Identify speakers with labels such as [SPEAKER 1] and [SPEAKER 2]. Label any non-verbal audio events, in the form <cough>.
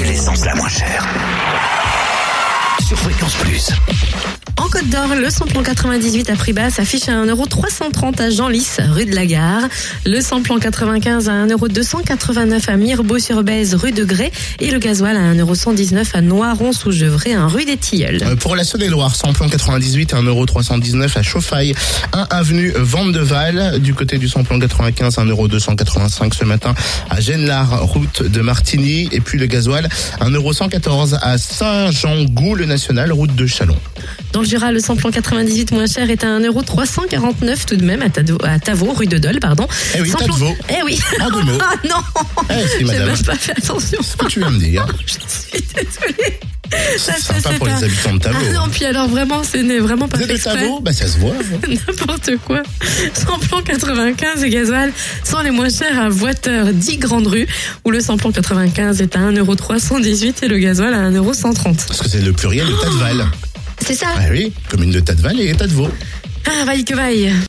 [SPEAKER 1] l'essence la moins chère. Sur Fréquence Plus.
[SPEAKER 2] En Côte d'Or, le samplon 98 à prix bas s'affiche à 1,330€ à Genlis, rue de la Gare. Le samplon 95 à 1,289€ à Mirbeau-sur-Bèze, rue de Grès. Et le gasoil à 1,119€ à Noiron-sous-Gevrey, un rue des Tilleuls.
[SPEAKER 3] Euh, Pour la Saône-et-Loire, samplon 98 à 1,319€ à Chauffaille, 1 avenue Vandeval, du côté du samplon 95 à 1,285€ ce matin à Genlard, route de Martigny, et puis le gasoil 1,114€ à Saint-Jean-Goux, le national, route de Chalon.
[SPEAKER 2] Dans le Jura, le samplon 98 moins cher est à 1,349€ tout de même à, Tado- à Tavo, rue de Dole, pardon.
[SPEAKER 3] Eh oui,
[SPEAKER 2] Samplon-
[SPEAKER 3] Tadevaux.
[SPEAKER 2] Eh oui.
[SPEAKER 3] En deux mots.
[SPEAKER 2] Ah <laughs> non <laughs>
[SPEAKER 3] Eh, si,
[SPEAKER 2] J'ai
[SPEAKER 3] madame.
[SPEAKER 2] même pas fait attention. <laughs>
[SPEAKER 3] Ce que tu viens de dire,
[SPEAKER 2] Je suis désolée. Ça
[SPEAKER 3] c'est
[SPEAKER 2] se
[SPEAKER 3] sympa
[SPEAKER 2] fait
[SPEAKER 3] pour
[SPEAKER 2] pas.
[SPEAKER 3] les habitants de Tavo.
[SPEAKER 2] Ah non, puis alors vraiment, ce n'est vraiment pas
[SPEAKER 3] Vous
[SPEAKER 2] fait
[SPEAKER 3] êtes de
[SPEAKER 2] exprès.
[SPEAKER 3] Tavo Bah ça se voit.
[SPEAKER 2] <laughs> N'importe quoi. Samplon 95 et gasoil sans les moins chers à Voiteur, 10 Grande Rue, où le samplon 95 est à 1,318€ et le gasoil à 1,130€.
[SPEAKER 3] Parce que c'est
[SPEAKER 2] <gasps>
[SPEAKER 3] le pluriel de Tadval. <laughs>
[SPEAKER 2] C'est ça
[SPEAKER 3] Ah oui, commune de Tadval et Tadevaux.
[SPEAKER 2] Ah, vaille que vaille